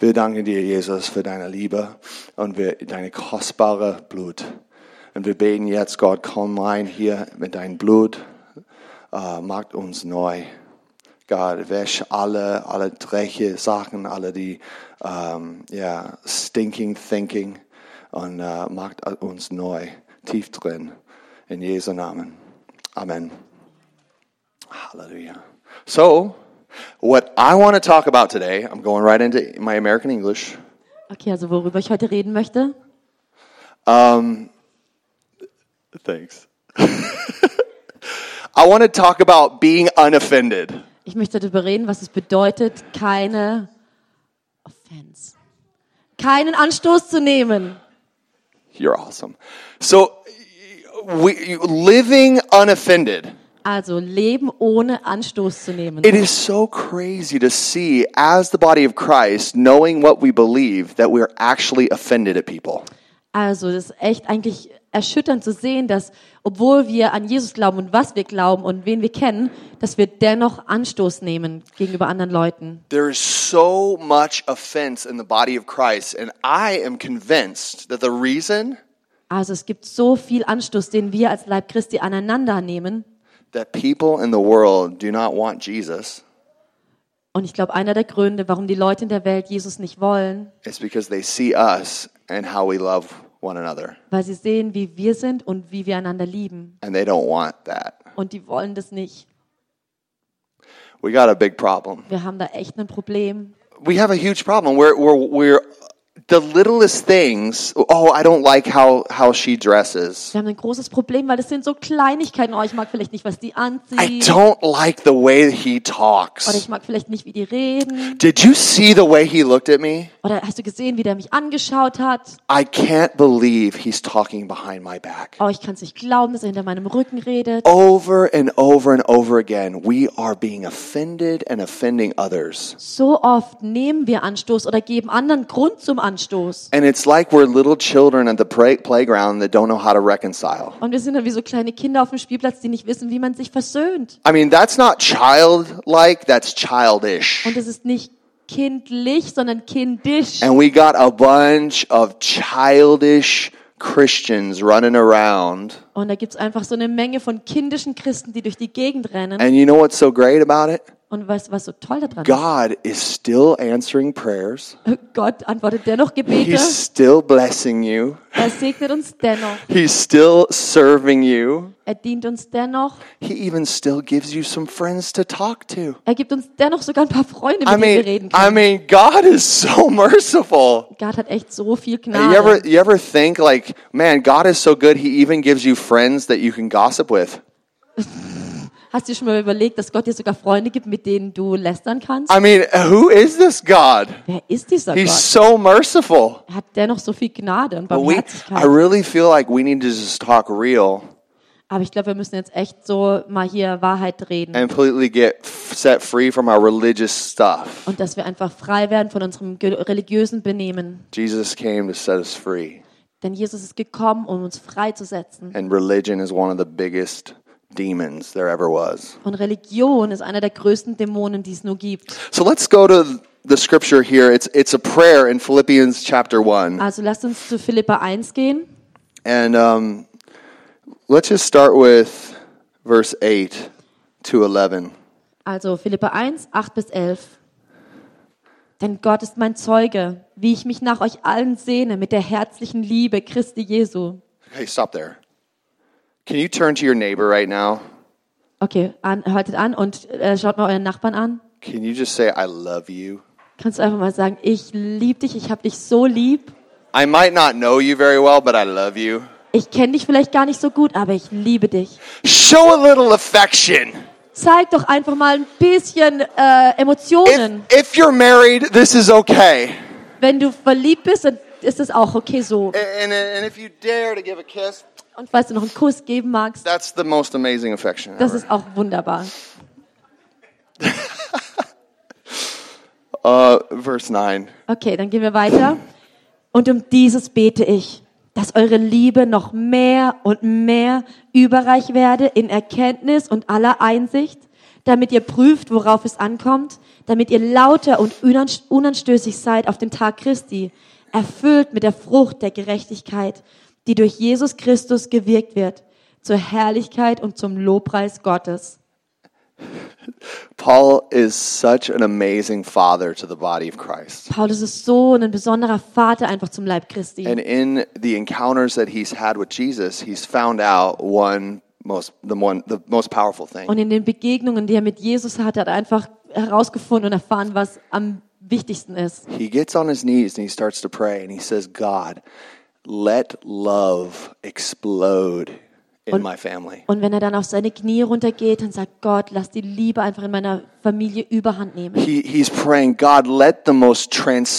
Wir danken dir, Jesus, für deine Liebe und für deine kostbare Blut. Und wir beten jetzt, Gott, komm rein hier mit deinem Blut, äh, mach uns neu. Gott, wäsch alle, alle dreckige Sachen, alle die ähm, ja, stinking thinking und äh, mach uns neu, tief drin. In Jesu Namen. Amen. Hallelujah. So, what I want to talk about today, I'm going right into my American English. Okay, also worüber ich heute reden möchte? Um, thanks. I want to talk about being unoffended. Ich möchte darüber reden, was es bedeutet, keine Offense, keinen Anstoß zu nehmen. You're awesome. So, we, living unoffended. Also Leben ohne Anstoß zu nehmen. It is so crazy to see, as the body of Christ, knowing what we believe, that we're actually offended at people. Also das ist echt eigentlich erschütternd zu sehen, dass obwohl wir an Jesus glauben und was wir glauben und wen wir kennen, dass wir dennoch Anstoß nehmen gegenüber anderen Leuten. There is so much offense in the body of Christ, and I am convinced that the reason Also es gibt so viel Anstoß, den wir als Leib Christi aneinander nehmen. that people in the world do not want Jesus Und ich glaube, einer der Gründe, warum die Leute in der Welt Jesus nicht wollen, is because they see us and how we love one another, weil sie sehen, wie wir sind und wie wir einander lieben. and they don't want that. Und die wollen das nicht. We got a big problem. Wir haben da echt ein Problem. we have a huge problem. We're, we're, we're the littlest things. Oh, I don't like how, how she dresses. Wir haben ein großes Problem, weil es sind so Kleinigkeiten. Oh, ich mag vielleicht nicht, was die I anziehen. don't like the way he Oder ich talks. mag vielleicht nicht, wie die reden. Did you see the way he looked at me? Oder hast du gesehen, wie der mich angeschaut hat? I can't believe he's talking behind my back. Oh, ich kann es nicht glauben, dass er hinter meinem Rücken redet. Over and over and over again, we are being offended and offending others. So oft nehmen wir Anstoß oder geben anderen Grund zum Anstoß. And it's like we're little children at the play- playground that don't know how to reconcile. Und wir sind dann wie so kleine Kinder auf dem Spielplatz, die nicht wissen, wie man sich versöhnt. I mean, that's not childlike, that's childish. Und es ist nicht kindlich, sondern kindisch. And we got a bunch of childish Christians running around. Und da gibt's einfach so eine Menge von kindischen Christen, die durch die Gegend rennen. And you know what's so great about it? Und weißt du, was so toll daran ist? God is still answering prayers. Gott antwortet dennoch Gebete. He's still blessing you. Er segnet uns dennoch. He's still serving you. Er dient uns dennoch. He even still gives you some friends to talk to. Er gibt uns dennoch sogar ein paar Freunde, mit I denen wir mean, reden I können. mean, God is so merciful. Gott hat echt so viel You Gnade. ever, you ever think like, man, God is so good. He even gives you friends that you can gossip with. Hast du dir schon mal überlegt, dass Gott dir sogar Freunde gibt, mit denen du lästern kannst? I mean, who is this God? Wer ist dieser He's Gott? so merciful. Er hat dennoch so viel Gnade und But we, I Barmherzigkeit. really feel like we need to just talk real Aber ich glaube, wir müssen jetzt echt so mal hier Wahrheit reden. and completely get f- set free from our religious stuff. Und dass wir einfach frei werden von unserem ge- religiösen Benehmen. Jesus came to set us free, Denn Jesus ist gekommen, um uns freizusetzen. and religion is one of the biggest demons there ever was. Und Religion ist einer der größten Dämonen, die es nur gibt. So let's go to the scripture here. It's it's a prayer in Philippians chapter one, Also lasst uns zu Philippa 1 gehen. and um, let's just start with verse eight to eleven. Also Philippa 1, 8 bis 11. Denn Gott ist mein Zeuge, wie ich mich nach euch allen sehne mit der herzlichen Liebe Christi Jesu. Hey, stop there. Can you turn to your neighbor right now? Okay, an, haltet an und äh, schaut mal euren Nachbarn an. Can you just say, I love you? Kannst du einfach mal sagen, ich liebe dich, ich habe dich so lieb. I might not know you very well, but I love you. Ich kenne dich vielleicht gar nicht so gut, aber ich liebe dich. Show a little affection. Zeig doch einfach mal ein bisschen äh, Emotionen. If, if you're married, this is okay. Wenn du verliebt bist, dann ist es auch okay so. And, and if you dare to give a kiss, Und falls du noch einen Kuss geben magst, that's the most amazing affection. das ever. ist auch wunderbar. uh, verse 9. Okay, dann gehen wir weiter. Und um dieses bete ich, dass eure Liebe noch mehr und mehr überreich werde in Erkenntnis und aller Einsicht, damit ihr prüft, worauf es ankommt, damit ihr lauter und unans- unanstößig seid auf dem Tag Christi, erfüllt mit der Frucht der Gerechtigkeit, die durch Jesus Christus gewirkt wird, zur Herrlichkeit und zum Lobpreis Gottes. Paul is such an amazing father to the body of Christ. Paulus ist so ein besonderer Vater einfach zum Leib Christi. And in the encounters that he's had with Jesus, he's found out one most the one the most powerful thing. Und in den Begegnungen, die er mit Jesus hatte, hat er einfach herausgefunden und erfahren, was am wichtigsten ist. He gets on his knees and he starts to pray and he says, "God, let love explode in my family." Und wenn er dann auf seine Knie runtergeht und sagt, Gott, lass die Liebe einfach in meiner Familie überhand nehmen. He, he's praying, God, let the most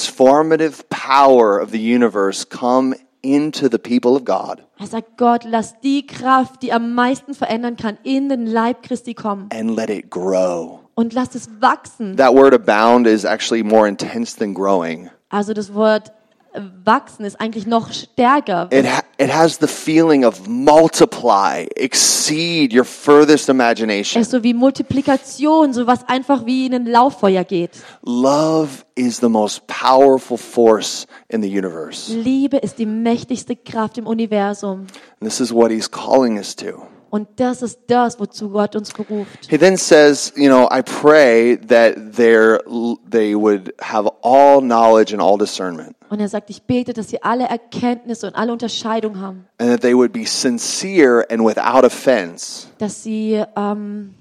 transformative power of the universe come into the people of God Er sagt, Gott, lass die Kraft, die am meisten verändern kann, in den Leib Christi kommen and let it grow. und lass es wachsen. That word abound is actually more intense than growing. Also das Wort äh, wachsen ist eigentlich noch stärker. It, ha- it has the feeling of multiply, exceed your furthest imagination. Es ist so wie Multiplikation, so was einfach wie in ein Lauffeuer geht. Love is the most powerful force in the universe. And Liebe ist die mächtigste Kraft im Universum. this is what he's calling us to. Und das ist das, wozu Gott uns beruft. He then says, you know, I pray that their, they would have all knowledge and all discernment, Und er sagt, ich bete, dass sie alle Erkenntnisse und alle Unterscheidung haben, and that they would be sincere and without offense dass sie ähm,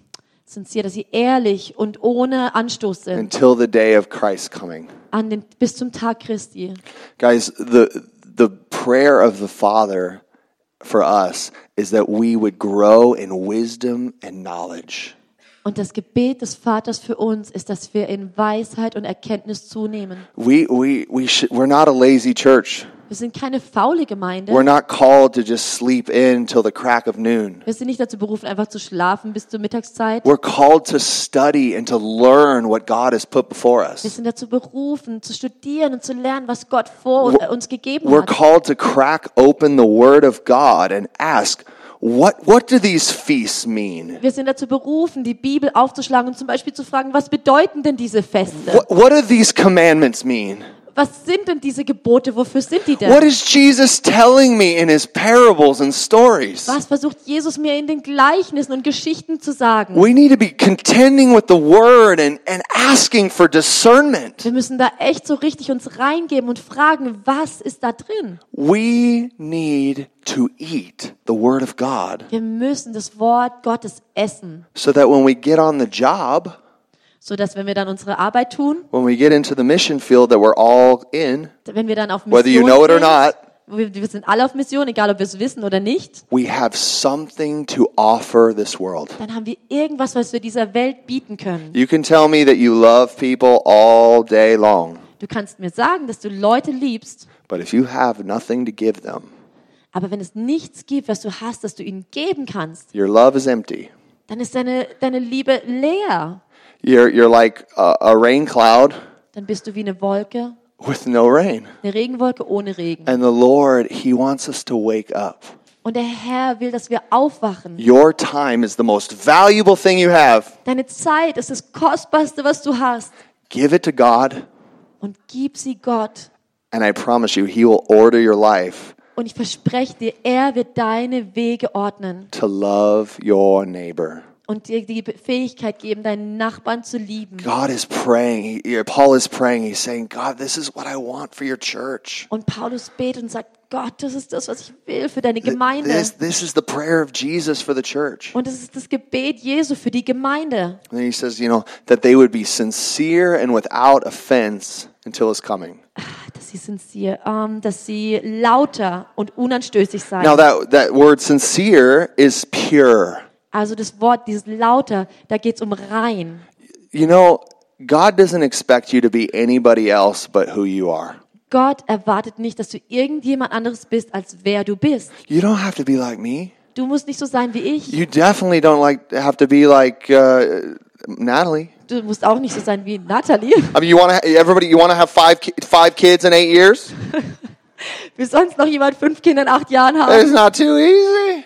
sincere, dass sie ehrlich und ohne Anstoß sind until the day of Christ's coming. an den, bis zum Tag Christi. Guys, the the prayer of the Father for us is that we would grow in wisdom and knowledge. Und das Gebet des Vaters für uns ist, dass wir in Weisheit und Erkenntnis zunehmen. We we we should, we're not a lazy church. Wir sind keine faule We're Gemeinde. not called to just sleep in till the crack of noon. Wir sind nicht dazu berufen, einfach zu schlafen bis zur Mittagszeit. We're called to study and to learn what God has put before Wir us. sind dazu berufen, zu studieren und zu lernen, was Gott vor und, äh, uns gegeben We're hat. called to crack open the word of God and ask, what what do these feasts mean? Wir sind dazu berufen, die Bibel aufzuschlagen und zum Beispiel zu fragen, was bedeuten denn diese Feste? What what do these commandments mean? Was sind denn diese Gebote? Wofür sind die What denn? is Jesus telling me in his parables and stories? Was versucht Jesus mir in den Gleichnissen und Geschichten zu sagen? We need to be contending with the word and, and asking for discernment. Wir müssen da echt so richtig uns reingeben und fragen, was ist da drin? We need to eat the word of God Wir müssen das Wort Gottes essen, so that when we get on the job, so dass wenn wir dann unsere Arbeit tun, when we get into the mission field that we're all in, wenn wir dann auf Mission whether you know it or not, sind, wir, wir sind alle auf Mission, egal ob wir es wissen oder nicht, we have something to offer this world. dann haben wir irgendwas, was wir dieser Welt bieten können. You can tell me that you love people all day long, Du kannst mir sagen, dass du Leute liebst, but if you have nothing to give them, Aber wenn es nichts gibt, was du hast, das du ihnen geben kannst, your love is empty. dann ist deine, deine Liebe leer. You're, you're like a, a rain cloud Dann bist du wie eine Wolke, with no rain. eine Regenwolke ohne Regen. And the Lord, He wants us to wake up. Und der Herr will, dass wir aufwachen. Your time is the most valuable thing you have. Deine Zeit ist das Kostbarste, was du hast. Give it to God, Und gib sie Gott. and I promise you, He will order your life Und ich verspreche dir, er wird deine Wege ordnen to love your neighbor. und dir die Fähigkeit geben, deinen Nachbarn zu lieben. God is praying. He- yeah, Paul is praying. He's saying, God, this is what I want for your church. Und Paulus betet und sagt, Gott, das ist das, was ich will für deine Th- Gemeinde. This, this is the prayer of Jesus for the church. Und es ist das Gebet Jesu für die Gemeinde. And then he says, you know, that they would be sincere and without offense until his coming. dass sie sincere, ähm, dass sie lauter und unanstößig seien. Now that that word sincere is pure. also das Wort, dieses lauter, da geht's um rein. You know, God doesn't expect you to be anybody else but who you are. Gott erwartet nicht, dass du irgendjemand anderes bist, als wer du bist. You don't have to be like me. Du musst nicht so sein wie ich. You definitely don't like have to be like uh, Natalie. Du musst auch nicht so sein wie Natalie. I mean, you want to everybody. You want to have five ki- five kids in eight years? Will sonst noch jemand fünf Kinder in acht Jahren haben? It's not too easy.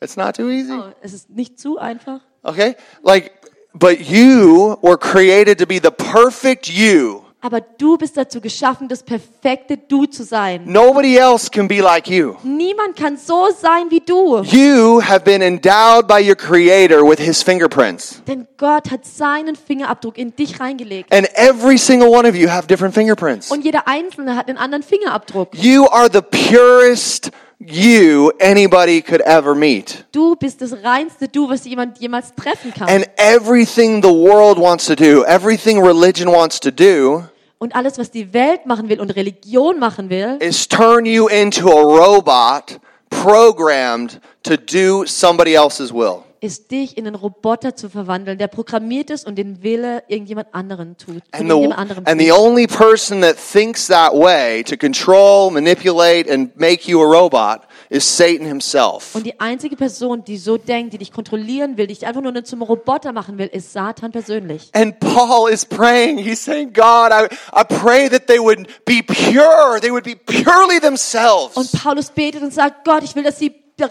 It's not too easy. Genau. Es ist nicht zu einfach. Okay, like But you were created to be the perfect you. Aber du bist dazu geschaffen, das perfekte Du zu sein. Nobody else can be like you. Niemand kann so sein wie du. You have been endowed by your Creator with His fingerprints. Denn Gott hat seinen Fingerabdruck in dich reingelegt. And every single one of you have different fingerprints. Und jeder Einzelne hat einen anderen Fingerabdruck. You are the purest you anybody could ever meet. Du bist das reinste Du, was jemand jemals treffen kann. And everything the world wants to do, everything religion wants to do, Und alles, was die Welt machen will und Religion machen will, is turn you into a robot programmed to do somebody else's will. ist dich in einen Roboter zu verwandeln, der programmiert ist und den Wille irgendjemand anderen tut. von And irgendjemand the, anderem and tut. the only person that thinks that way to control, manipulate, and make you a robot is Satan himself. Und die einzige Person, die so denkt, die dich kontrollieren will, die dich einfach nur zum Roboter machen will, ist Satan persönlich. And Paul is praying. He's saying, God, I, I pray that they would be pure. They would be purely Und themselves. Paulus betet und sagt, Gott, ich will, dass sie rein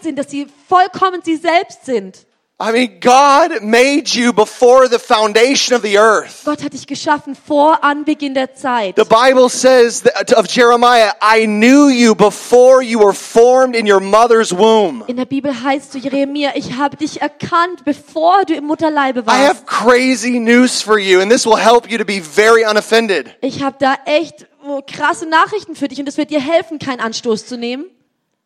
sind, dass sie vollkommen sie selbst sind. I mean, God made you before the foundation of the earth. Gott hat dich geschaffen vor Anbeginn der Zeit. The Bible says that uh, of Jeremiah, I knew you before you were formed in your mother's womb. In der Bibel heißt du Jeremia, ich habe dich erkannt, bevor du im Mutterleibe I warst. have crazy news for you, and this will help you to be very unoffended. Ich habe da echt oh, krasse Nachrichten für dich und es wird dir helfen, keinen Anstoß zu nehmen.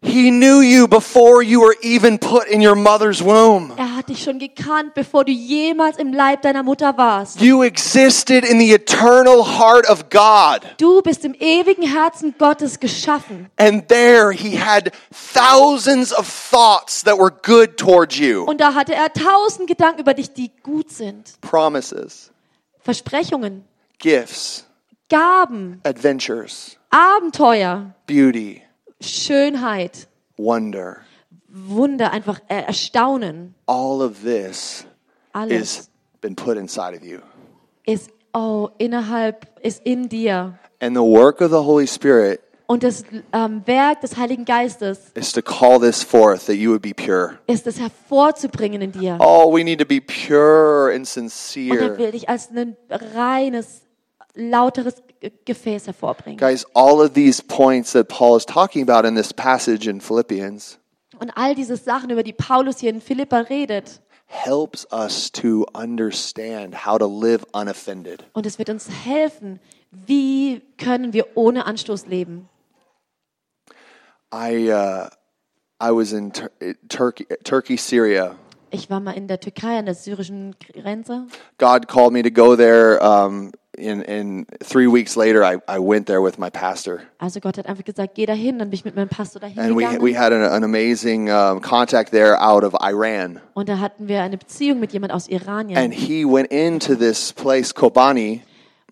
He knew you before you were even put in your mother's womb. Er hat dich schon gekannt, bevor du jemals im Leib deiner Mutter warst. You existed in the eternal heart of God. Du bist im ewigen Herzen Gottes geschaffen. And there he had thousands of thoughts that were good towards you. Und da hatte er tausend Gedanken über dich, die gut sind. Promises, Versprechungen, gifts, Gaben, adventures, Abenteuer, beauty, Schönheit, wonder. Wunder, einfach äh, Erstaunen. All of this Alles is been put inside of you. ist, oh, innerhalb, ist in dir. And the work of the Holy Spirit Und das ähm, Werk des Heiligen Geistes is to call this forth that you would be pure. ist es hervorzubringen in dir. Oh, we need to be pure and Und er sincere. will dich als ein reines, lauteres Ge- Gefäß hervorbringen. Guys, all of these points that Paul is talking about in this passage in Philippians Und all diese Sachen, über die Paulus hier in Philippa redet, helps us to understand how to live unoffended. und es wird uns helfen, wie können wir ohne Anstoß leben. I uh, I was in Tur- Turkey, Turkey, Syria. Ich war mal in der Türkei an der syrischen Grenze God called me to go there. Um, in in three weeks later, I, I went there with my pastor, Also Gott hat einfach gesagt, geh dahin, dann bin ich mit meinem Pastor dahin and we gegangen. we had an, an amazing um, contact there out of Iran. und da hatten wir eine Beziehung mit jemand aus Iran. ja. And he went into this place Kobani,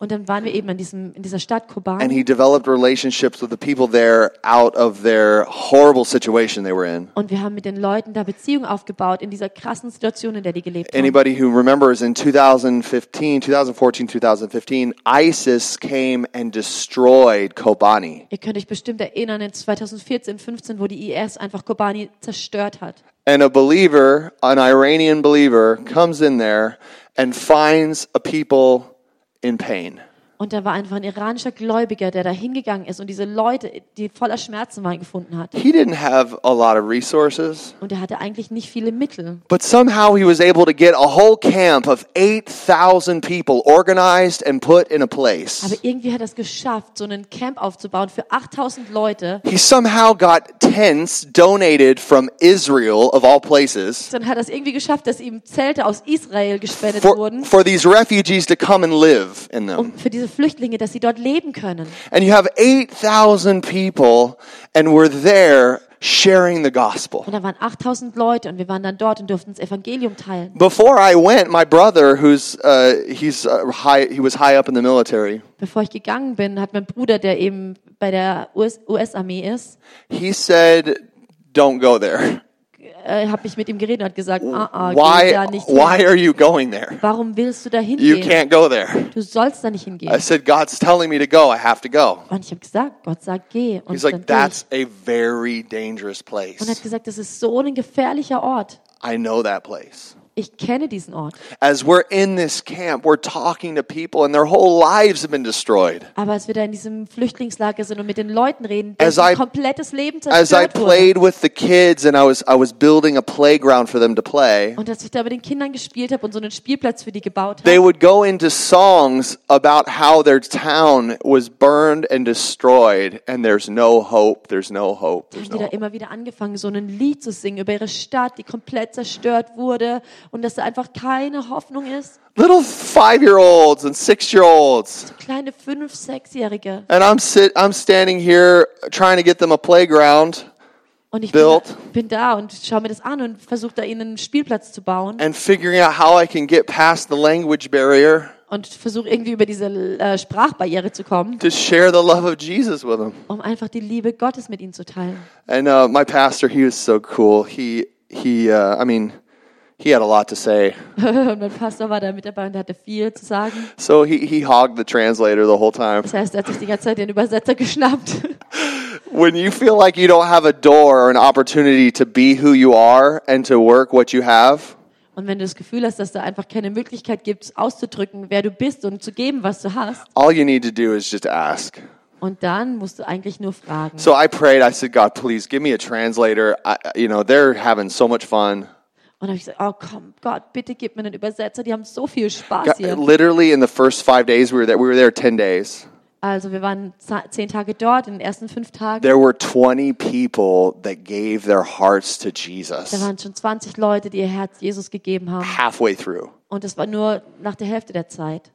Und dann waren wir eben an diesem, in dieser Stadt and Koban. he developed relationships with the people there out of their horrible situation they were in. Und wir haben mit den Leuten da Beziehungen aufgebaut, in dieser krassen Situation, in der die gelebt haben. Anybody who remembers in 2015, 2014, 2015, ISIS came and destroyed Kobani. Ihr könnt euch bestimmt erinnern, in 2014, 15, wo die IS einfach Kobani zerstört hat. and a believer, an Iranian believer, comes in there and finds a people in pain. Und da war einfach ein iranischer Gläubiger, der da hingegangen ist und diese Leute, die voller Schmerzen waren, gefunden hat. He didn't have a lot of resources, Und er hatte eigentlich nicht viele Mittel. but somehow he was able to get a whole camp of 8,000 people organized and put in a Aber place. irgendwie hat er es geschafft, so einen Camp aufzubauen für 8000 Leute. He somehow got tents donated from Israel, of all places, Dann hat er es irgendwie geschafft, dass ihm Zelte aus Israel gespendet for, wurden, for these refugees to come and live in them. um für diese Flüchtlinge, dass sie dort leben können. And you have 8,000 people, and we're there sharing the gospel. Und da waren 8000 Leute und wir waren dann dort und durften das Evangelium teilen. Before I went, my brother, who's uh, he's uh, high, he was high up in the military. Bevor ich gegangen bin, hat mein Bruder, der eben bei der US- US-Armee ist, He said, "Don't go there. äh, habe ich mit ihm geredet und hat gesagt, ah, ah, geh Why? da nicht hin. Why are you going there? Warum willst du da You hingehen? can't go there." Du sollst da nicht I hingehen. said, "God's telling me to go. I have to go." Und ich habe gesagt, Gott sagt, geh. Und He's dann like, geh "That's ich. a very dangerous Und er hat place. gesagt, das ist so ein gefährlicher Ort. I know that place." Ich kenne diesen Ort. As we're in this camp, we're talking to people and their whole lives have been destroyed. Aber als wir da in diesem Flüchtlingslager sind und mit den Leuten reden, As deren I- komplettes Leben As I zerstört wurde. played with the kids and I was, I was building a playground for them to play, Und als ich da mit den Kindern gespielt habe und so einen Spielplatz für die gebaut they habe, would go into songs about how their town was burned and destroyed and there's no hope, there's no hope, there's haben no die da hope. immer wieder angefangen, so ein Lied zu singen über ihre Stadt, die komplett zerstört wurde und dass da einfach keine Hoffnung ist. Little five year olds and six year olds. Kleine fünf, sechsjährige. And I'm, sit, I'm standing here trying to get them a playground. Und ich bin, Build. bin da und schaue mir das an und versuche da ihnen einen Spielplatz zu bauen and figuring out how I can get past the language barrier und versuche irgendwie über diese äh, Sprachbarriere zu kommen, to share the love of Jesus with them. um einfach die Liebe Gottes mit ihnen zu teilen. And uh, my pastor, he was so cool. He he, uh, I mean, he had a lot to say. Und mein Pastor war da mit dabei und der hatte viel zu sagen. So he he hogged the translator the whole time. Das heißt, er hat sich die ganze Zeit den Übersetzer geschnappt. When you feel like you don't have a door or an opportunity to be who you are and to work what you have, Und wenn du das Gefühl hast, dass da einfach keine Möglichkeit gibt, auszudrücken, wer du bist und zu geben, was du hast, all you need to do is just ask. und dann musst du eigentlich nur fragen. So I prayed. I said, God, please give me a translator. I, you know, they're having so much fun. Und dann habe ich gesagt, oh komm, Gott, bitte gib mir einen Übersetzer, die haben so viel God, Spaß hier. literally in the first five days we were there, we were there ten days. Also wir waren za- zehn Tage dort, in den ersten fünf Tagen, There were 20 people that gave their hearts to da Jesus waren schon 20 Leute, die ihr Herz Jesus gegeben haben. halfway through. Und das war nur nach der Hälfte der Zeit.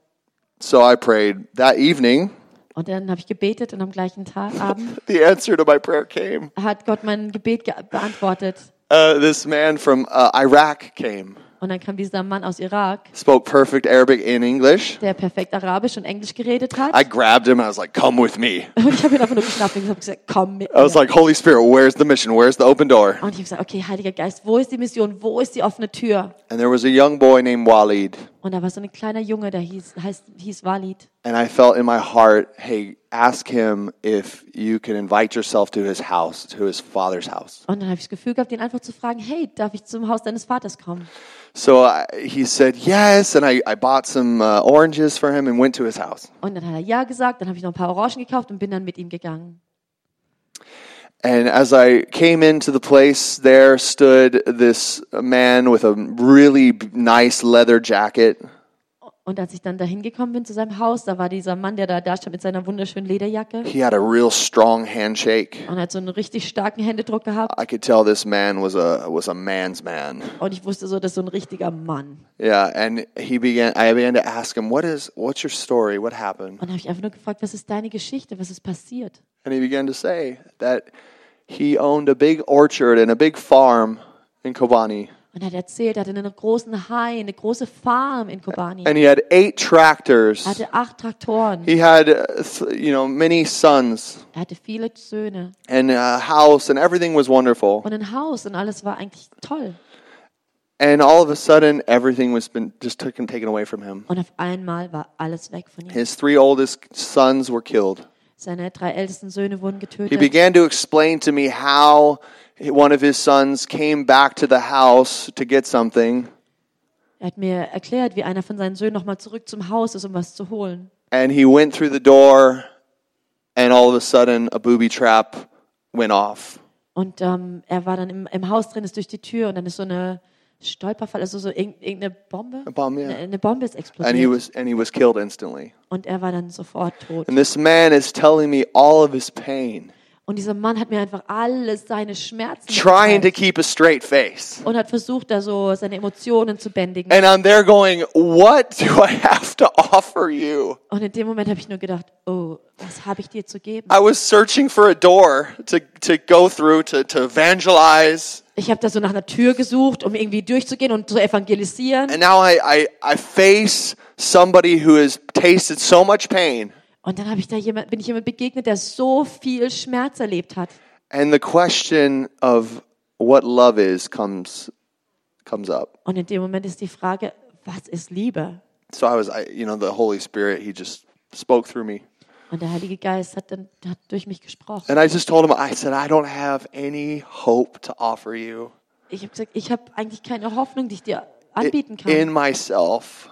So I prayed that evening. Und dann habe ich gebetet und am gleichen Tag, Abend The answer to my prayer came. hat Gott mein Gebet ge beantwortet. Uh, this man from uh, Iraq came, Und dann kam dieser Mann aus Irak, spoke perfect Arabic and English. der perfekt Arabisch und Englisch geredet hat. I grabbed him. I was like, "Come with me." Und ich habe ihn einfach nur geschnappt und habe gesagt, komm mit. I was mir. like, "Holy Spirit, where's the mission? Where's the open door?" Und ich habe gesagt, okay, Heiliger Geist, wo ist die Mission? Wo ist die offene Tür? And there was a young boy named Walid, Und da war so ein kleiner Junge, der hieß, heißt, hieß Walid. and I felt in my heart, "Hey, ask him if you can invite yourself to his house, to his father's house." Und dann habe ich das Gefühl gehabt, ihn einfach zu fragen, hey, darf ich zum Haus deines Vaters kommen? So I, he said yes, and I, I bought some uh, oranges for him and went to his house. Und dann hat er ja gesagt, dann habe ich noch ein paar Orangen gekauft und bin dann mit ihm gegangen. And as I came into the place, there stood this man with a really b- nice leather jacket. Und als ich dann dahin gekommen bin zu seinem Haus, da war dieser Mann, der da da stand mit seiner wunderschönen Lederjacke He had a real strong handshake. und hat so einen richtig starken Händedruck gehabt. I could tell this man was a was a man's man. Und ich wusste so, das ist so ein richtiger Mann. Yeah, and he began. I began to ask him, "What is? What's your story? What happened?" Und habe ich einfach nur gefragt, was ist deine Geschichte? Was ist passiert? And he began to say that he owned a big orchard and a big farm in Kobani. Und er hat erzählt, er hatte einen großen Hai, eine große Farm in Kobani. Er And he had eight tractors. hatte acht Traktoren, He had, uh, th- you know, many sons er hatte viele Söhne and a house, and everything was wonderful. und ein Haus und alles war eigentlich toll. And all of a sudden, everything was been just taken taken away from him. Und auf einmal war alles weg von ihm. His three oldest sons were killed. Seine drei ältesten Söhne wurden He getötet. began to explain to me how one of his sons came back to the house to get something, Er hat mir erklärt, wie einer von seinen Söhnen nochmal zurück zum Haus ist, um was zu holen. and he went through the door, and all of a sudden, a booby trap went off. Und ähm, er war dann im, im Haus drin, ist durch die Tür und dann ist so eine Stolperfall, also so irg- irgendeine Bombe. Eine Bombe, ja. eine, Bombe ist explodiert. And he was and he was killed instantly. und er war dann sofort tot. And this man is telling me all of his pain. Und dieser Mann hat mir einfach alles seine Schmerzen trying to mitgeteilt keep a straight face. und hat versucht, da so seine Emotionen zu bändigen. And I'm there going, What do I have to offer you? und in dem Moment habe ich nur gedacht, oh, was habe ich dir zu geben? I was searching for a door to, to go through to, to evangelize. Ich habe da so nach einer Tür gesucht, um irgendwie durchzugehen und zu evangelisieren. And now I, I, I face somebody who has tasted so much pain. Und dann habe ich da jemand, bin ich jemand begegnet, der so viel Schmerz erlebt hat. And the question of what love is comes, comes up. Und in dem Moment ist die Frage, was ist Liebe? So I was, I, you know, the Holy Spirit, He just spoke through me. Und der Heilige Geist hat dann hat durch mich gesprochen. And I just told him, I said, I don't have any hope to offer you. Ich habe gesagt, ich habe eigentlich keine Hoffnung, die ich dir in anbieten kann. myself,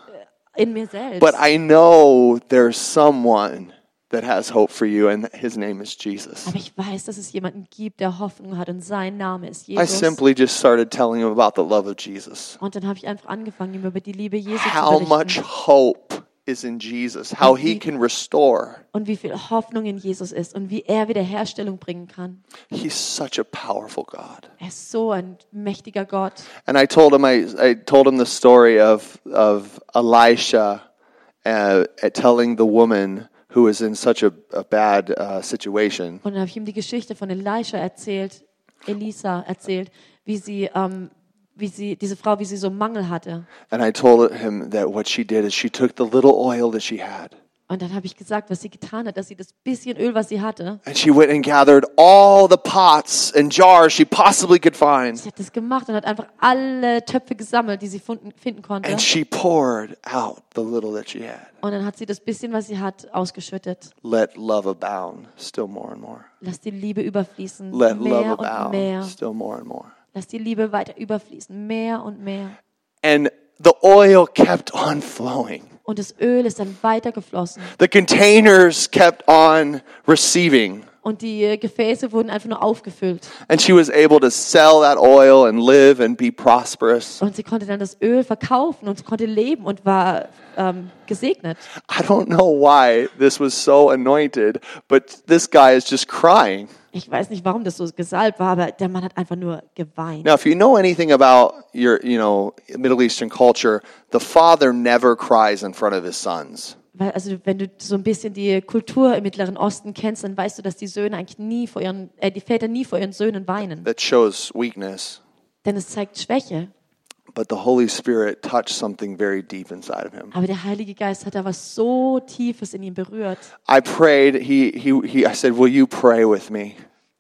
In mir selbst. but I know there's someone that has hope for you, and his name is Jesus. Aber ich weiß, dass es jemanden gibt, der Hoffnung hat und sein Name ist I Jesus. simply just started telling him about the love of Jesus. Und dann habe ich einfach angefangen, ihm über die Liebe Jesu How zu berichten much hope is in Jesus, how he can restore. und wie viel Hoffnung in Jesus ist und wie er Wiederherstellung bringen kann. He's such a powerful God. Er ist so ein mächtiger Gott. And I told him I, I told him the story of of Elisha uh, at telling the woman who was in such a, a bad uh, situation Und dann habe ich ihm die Geschichte von Elisha erzählt, Elisa erzählt, wie sie, ähm, wie sie, diese Frau, wie sie so Mangel hatte. and I told him that what she did is she took the little oil that she had Und dann habe ich gesagt, was sie getan hat, dass sie das bisschen Öl, was sie hatte, and she went and gathered all the pots and jars she possibly could find sie hat das gemacht und hat einfach alle Töpfe gesammelt, die sie funden, finden konnte. and she poured out the little that she had Und dann hat sie das bisschen, was sie hat, ausgeschüttet. let love abound still more and more Lass die Liebe überfließen. let love mehr und abound mehr. still more and more Lass die Liebe weiter überfließen. Mehr und mehr. and the oil kept on flowing Und das Öl ist dann weitergeflossen. The containers kept on receiving, Und die äh, Gefäße wurden einfach nur aufgefüllt. and she was able to sell that oil and live and be prosperous. Und sie konnte dann das Öl verkaufen und sie konnte leben und war ähm, gesegnet. I don't know why this was so anointed, but this guy is just crying. Ich weiß nicht, warum das so gesalbt war, aber der Mann hat einfach nur geweint. Now, if you know anything about your, you know, Middle Eastern culture, the father never cries in front of his sons. Weil, also wenn du so ein bisschen die Kultur im Mittleren Osten kennst, dann weißt du, dass die Söhne eigentlich nie vor ihren, äh, die Väter nie vor ihren Söhnen weinen. That shows weakness, Denn es zeigt Schwäche. but the Holy Spirit touched something very deep inside of him. Aber der Heilige Geist hat da was so Tiefes in ihm berührt. I prayed. He, he, he. I said, "Will you pray with me?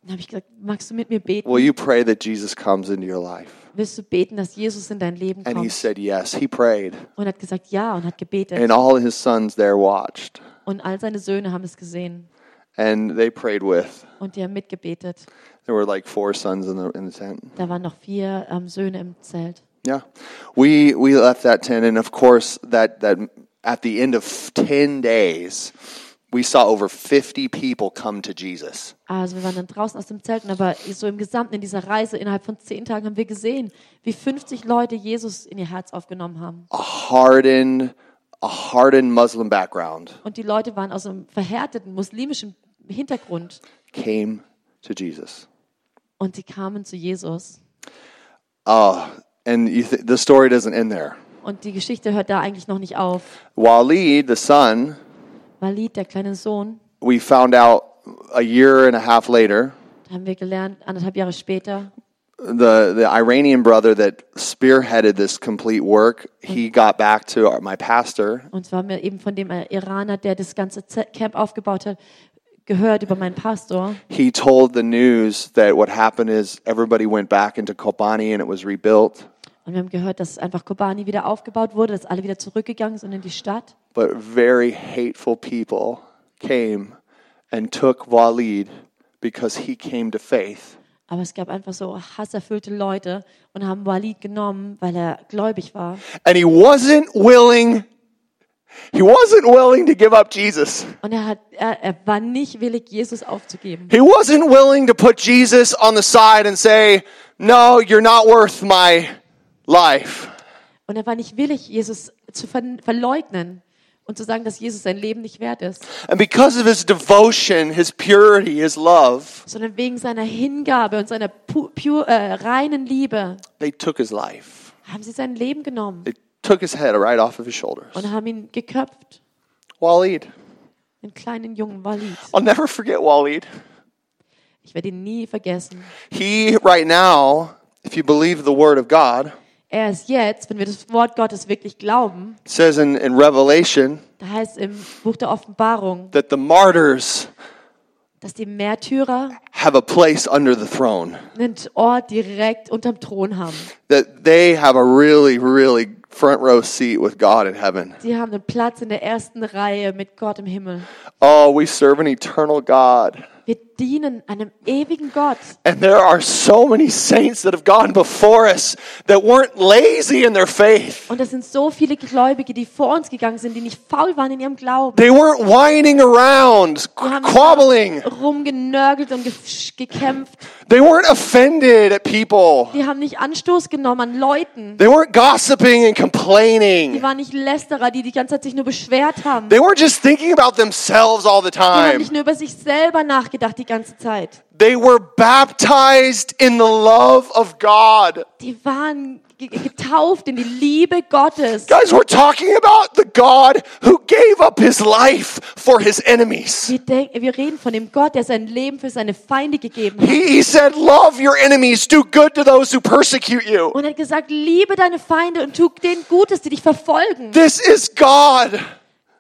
Dann habe ich gesagt, magst du mit mir beten? Will you pray that Jesus comes into your life?" Willst du beten, dass Jesus in dein Leben And he kommt? said yes. He prayed. Und hat gesagt ja und hat gebetet. And all his sons there watched. Und all seine Söhne haben es gesehen And they prayed with. und die haben mitgebetet. There were like four sons in the, in the tent. Da waren noch vier ähm, Söhne im Zelt. Yeah. We, we left that tent. And of course, that, that at the end of 10 days, we saw over 50 people come to Jesus. Also wir waren dann draußen aus dem Zelten, aber so im Gesamten in dieser Reise innerhalb von zehn Tagen haben wir gesehen, wie 50 Leute Jesus in ihr Herz aufgenommen haben. A hardened, a hardened Muslim background Und die Leute waren aus einem verhärteten muslimischen Hintergrund came to Jesus. und sie kamen zu Jesus. Oh, and you th- the story doesn't end there. Und die Geschichte hört da eigentlich noch nicht auf. Walid, the son, Walid, der kleine Sohn, we found out a year and a half later da haben wir gelernt, anderthalb Jahre später, the the Iranian brother that spearheaded this complete work, he got back to our, my pastor, und zwar haben wir eben von dem äh, Iraner, der das ganze Z Camp aufgebaut hat, gehört über meinen Pastor. he told the news that what happened is everybody went back into Kobani and it was rebuilt. Und wir haben gehört, dass einfach Kobani wieder aufgebaut wurde, dass alle wieder zurückgegangen sind in die Stadt. But very hateful people came and took Walid because he came to faith. Aber es gab einfach so hasserfüllte Leute und haben Walid genommen, weil er gläubig war. And he wasn't willing he wasn't willing to give up Jesus. Und er, hat, er, er war nicht willig, Jesus aufzugeben. He wasn't willing to put Jesus on the side and say, "No, you're not worth my life." Und er war nicht willig, Jesus zu ver verleugnen und zu sagen, dass Jesus sein Leben nicht wert ist. And because of his devotion, his purity, his love, Sondern wegen seiner Hingabe und seiner pu pure, äh, reinen Liebe they took his life. haben sie sein Leben genommen They took his head right off of his shoulders. und haben ihn geköpft. Walid. Den kleinen jungen Walid. I'll never forget Walid. Ich werde ihn nie vergessen. He, right now, if you believe the word of God, Er ist jetzt, wenn wir das Wort Gottes wirklich glauben, says in, in Revelation da heißt im Buch der Offenbarung, that the martyrs dass die Märtyrer have a place under the throne, einen Ort direkt unterm Thron haben. that they have a really, really front row seat with God in heaven. Sie haben einen Platz in der ersten Reihe mit Gott im Himmel. Oh, we serve an eternal God. Wir dienen einem ewigen Gott. And there are so many saints that have gone before us that weren't lazy in their faith. Und es sind so viele Gläubige, die vor uns gegangen sind, die nicht faul waren in ihrem Glauben. They weren't whining around, Die haben quabbling. rumgenörgelt und ge gekämpft. They weren't offended at people. Die haben nicht Anstoß genommen an Leuten. They weren't gossiping and Die complaining. waren nicht Lästerer, die die ganze Zeit sich nur beschwert haben. Die They weren't just thinking about themselves all the haben time. nicht nur über sich selber nachgedacht die ganze Zeit. They were baptized in the love of God. Die waren ge getauft in die Liebe Gottes. Guys, we're talking about the God who gave up his life for his enemies. Wir, denken, wir reden von dem Gott, der sein Leben für seine Feinde gegeben hat. He, he said, Love your enemies, do good to those who persecute you. Und er hat gesagt, liebe deine Feinde und tu denen Gutes, die dich verfolgen. This is God.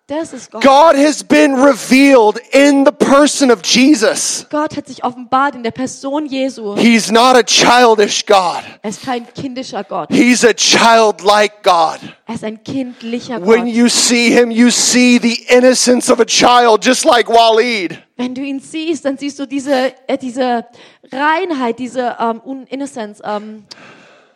Das ist Gott. God has been revealed in the person of Jesus. Gott hat sich offenbart in der Person Jesu. He's not a childish God, Er ist kein kindischer Gott. He's a childlike God. Er ist ein kindlicher When Gott. you see Him, you see the innocence of a child, just like Waleed. Wenn du ihn siehst, dann siehst du diese, äh, diese Reinheit, diese ähm, Un Innocence, ähm,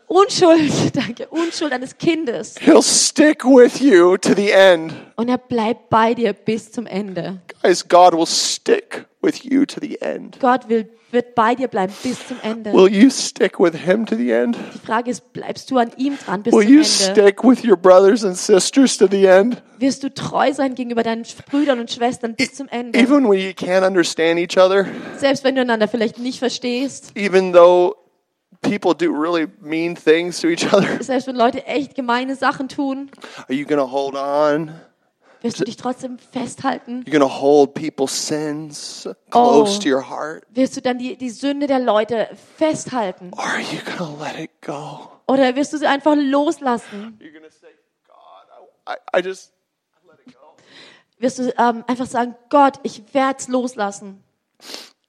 Unschuld, danke, Unschuld eines Kindes. He'll stick with you to the end. Und er bleibt bei dir bis zum Ende. Guys, God will stick with you to the end. Gott will, wird bei dir bleiben bis zum Ende. Will you stick with Him to the end? Die Frage ist, bleibst du an ihm dran bis Will zum you Ende? stick with your brothers and sisters to the end? Wirst du treu sein gegenüber deinen Brüdern und Schwestern bis zum Ende? Even when you can't understand each other, Selbst wenn du einander vielleicht nicht verstehst, even though people do really mean things to each other, selbst wenn Leute echt gemeine Sachen tun, are you going to hold on? wirst du dich trotzdem festhalten. You're going to hold people's sins close Oh. to your heart? Wirst du dann die, die Sünde der Leute festhalten? Or are you going to let it go? Oder wirst du sie einfach loslassen? You're going to say, God, I, I, I just I let it go. Wirst du ähm, einfach sagen, Gott, ich werd's loslassen?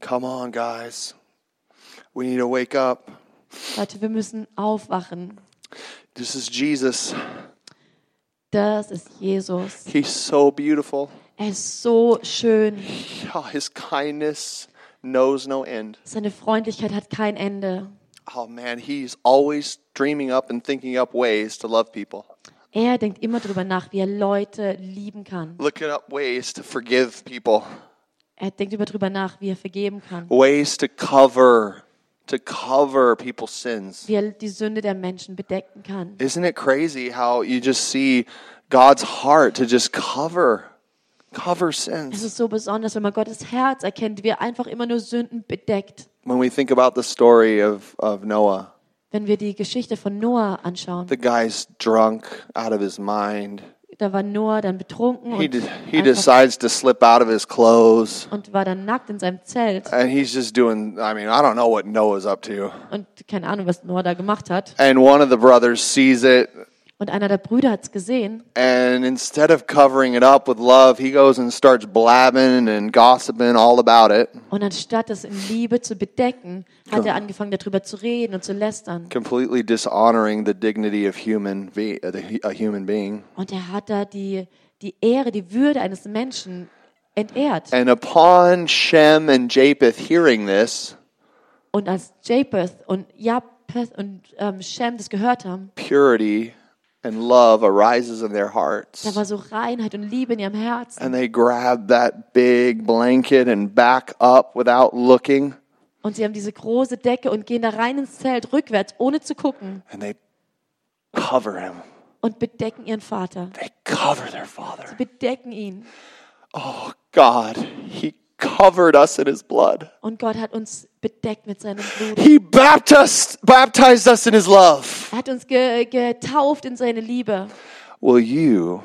Come on, guys. We need to wake up. Leute, wir müssen aufwachen. This is Jesus. Das ist Jesus. He's so beautiful. Er ist so schön. Oh, his kindness knows no end. Seine Freundlichkeit hat kein Ende. Oh man, he's always dreaming up and thinking up ways to love people, Er denkt immer darüber nach, wie er Leute lieben kann. looking up ways to forgive people, Er denkt immer darüber nach, wie er vergeben kann. ways to cover to cover people's sins. Wie er die Sünde der Menschen bedecken kann. Isn't it crazy how you just see God's heart to just cover cover Es sins? ist so besonders, wenn man Gottes Herz erkennt, wie er einfach immer nur Sünden bedeckt. When we think about the story of, of Noah, Wenn wir die Geschichte von Noah anschauen, the guy's drunk out of his mind. da war Noah dann betrunken He, und, de- he einfach, decides to slip out of his clothes. und war dann nackt in seinem Zelt And he's just doing, I mean, I don't know what Noah's up to. und keine Ahnung, was Noah da gemacht hat. And one of the brothers sees it. Und einer der Brüder hat's gesehen And instead of covering it up with love, he goes and starts blabbing and gossiping all about it, und anstatt das in Liebe zu bedecken, hat er angefangen darüber zu reden und zu lästern. completely dishonoring the dignity of human be- uh, the, a human being. Und er hat da die, die Ehre, die Würde eines Menschen entehrt. And upon Shem and Japheth hearing this, Und als Japheth und Japheth und ähm, Shem das gehört haben, purity and love arises in their hearts. da war so Reinheit und Liebe in ihrem Herzen. And they grab that big blanket and back up without looking. Und sie haben diese große Decke und gehen da rein ins Zelt rückwärts, ohne zu gucken And they cover him. und bedecken ihren Vater. They cover their father. Bedecken ihn. Oh God, he covered us in his blood. Und Gott hat uns bedeckt mit seinem Blut. He baptized, baptized us in his love. Er hat uns ge getauft in seine Liebe. Will you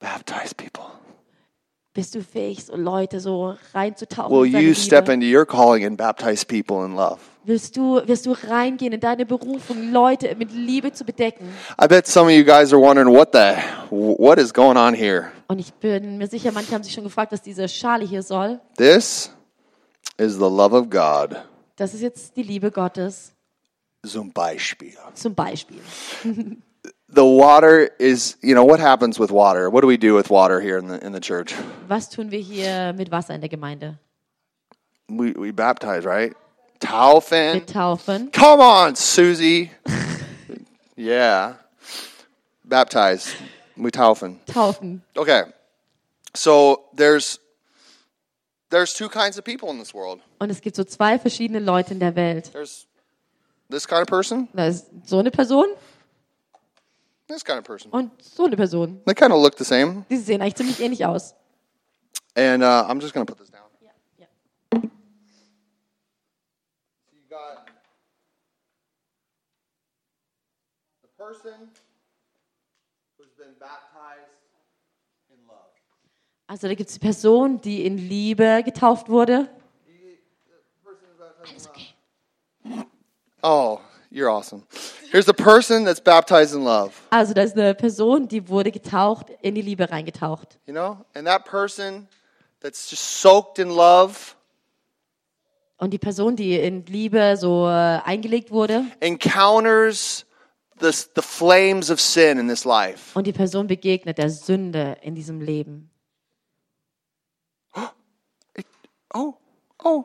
baptize people? Bist du fähig, so Leute so reinzutauchen Will in seine you step Liebe? into your calling and baptize people in love? Willst du, wirst du reingehen in deine Berufung, Leute mit Liebe zu bedecken? I bet some of you guys are wondering what the what is going on here. Und ich bin mir sicher, manche haben sich schon gefragt, was diese Schale hier soll. This is the love of God. Das ist jetzt die Liebe Gottes Zum Beispiel. zum Beispiel. the water is, you know, what happens with water? What do we do with water here in the in the church? Was tun wir hier mit Wasser in der Gemeinde? We we baptize, right? Taufen. Wir taufen. Come on, Susie. yeah. Baptize. We taufen. Taufen. Okay. So there's there's two kinds of people in this world. Und es gibt so zwei verschiedene Leute in der Welt. There's this kind of person, Da ist so eine Person this kind of person. und so eine Person. They kind of look the same. Die sehen eigentlich ziemlich ähnlich aus. And uh, I'm just gonna put this down. ja. So you got the person who's been baptized in love. Also da gibt es die Person, die in Liebe getauft wurde. Oh, you're awesome. Here's the person that's baptized in love. Also da ist eine Person, die wurde getaucht, in die Liebe reingetaucht. You know? And that person that's just soaked in love Und die Person, die in Liebe so äh, eingelegt wurde. encounters the, the flames of sin in this life. Und die Person begegnet der Sünde in diesem Leben. Oh, oh,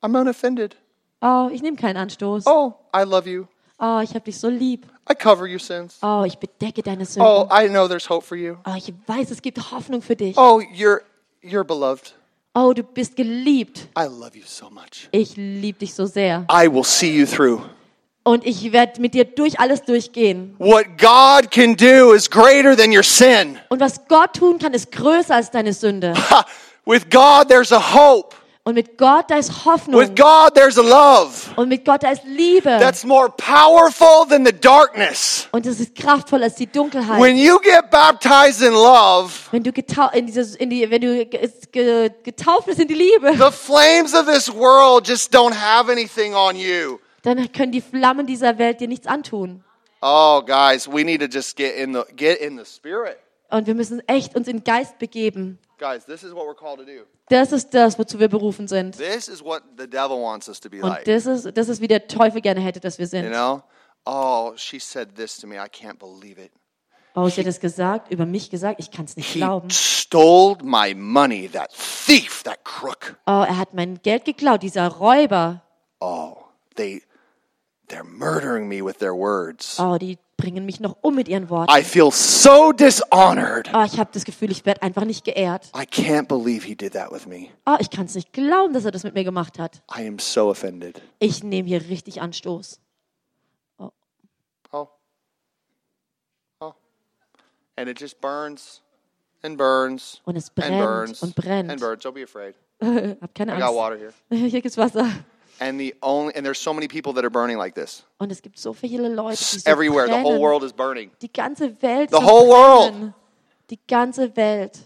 I'm unoffended. Oh, ich nehme keinen Anstoß. Oh, Oh, I love you. ich habe dich so lieb. I cover your sins. Oh, ich bedecke deine Sünden. Oh, Oh, I know there's hope for you. ich weiß, es gibt Hoffnung für dich. Oh, you're you're beloved. Oh, du bist geliebt. I love you so much. Ich liebe dich so sehr. I will see you through. Und ich werde mit dir durch alles durchgehen. What God can do is greater than your sin. Und was Gott tun kann, ist größer als deine Sünde. Ha! With God there's a hope. Und mit Gott, da ist Hoffnung. With God there's a love. Und mit Gott, da ist Liebe. That's more powerful than the darkness. Und es ist kraftvoll als die Dunkelheit. When you get baptized in love, wenn du getau in dieses, in die, wenn du ge ge getauft bist in die Liebe, the flames of this world just don't have anything on you. dann können die Flammen dieser Welt dir nichts antun. Oh guys, we need to just get in the get in the spirit. Und wir müssen echt uns in den Geist begeben. Guys, this is what we're called to do. Das ist das, wozu wir berufen sind. This is what the devil wants us to be Und like. Genau. das ist, das ist, wie der Teufel gerne hätte, dass wir You sind. know? Oh, she said this to me. I can't believe it. Oh, sie hat es gesagt, über mich gesagt, ich kann es nicht He glauben. stole my money, that thief, that crook. Oh, er hat mein Geld geklaut, dieser Räuber. Oh, they they're murdering me with their words. Oh, die bringen mich noch um mit ihren Worten. I feel so dishonored. Oh, ich habe das Gefühl, ich werde einfach nicht geehrt. I can't believe he did that with me. Oh, ich kann es nicht glauben, dass er das mit mir gemacht hat. I am so offended. Ich nehme hier richtig Anstoß. Oh. Oh. And it just burns and burns Und es and burns brennt und and brennt. burns. Don't be afraid. Hab keine I got Angst. water here. Hier gibt's Wasser. And the only and there's so many people that are burning like this. Und es gibt so viele Leute, die so Everywhere. The whole brennen. world is burning. Die ganze Welt. The soll whole world. brennen. Die ganze Welt.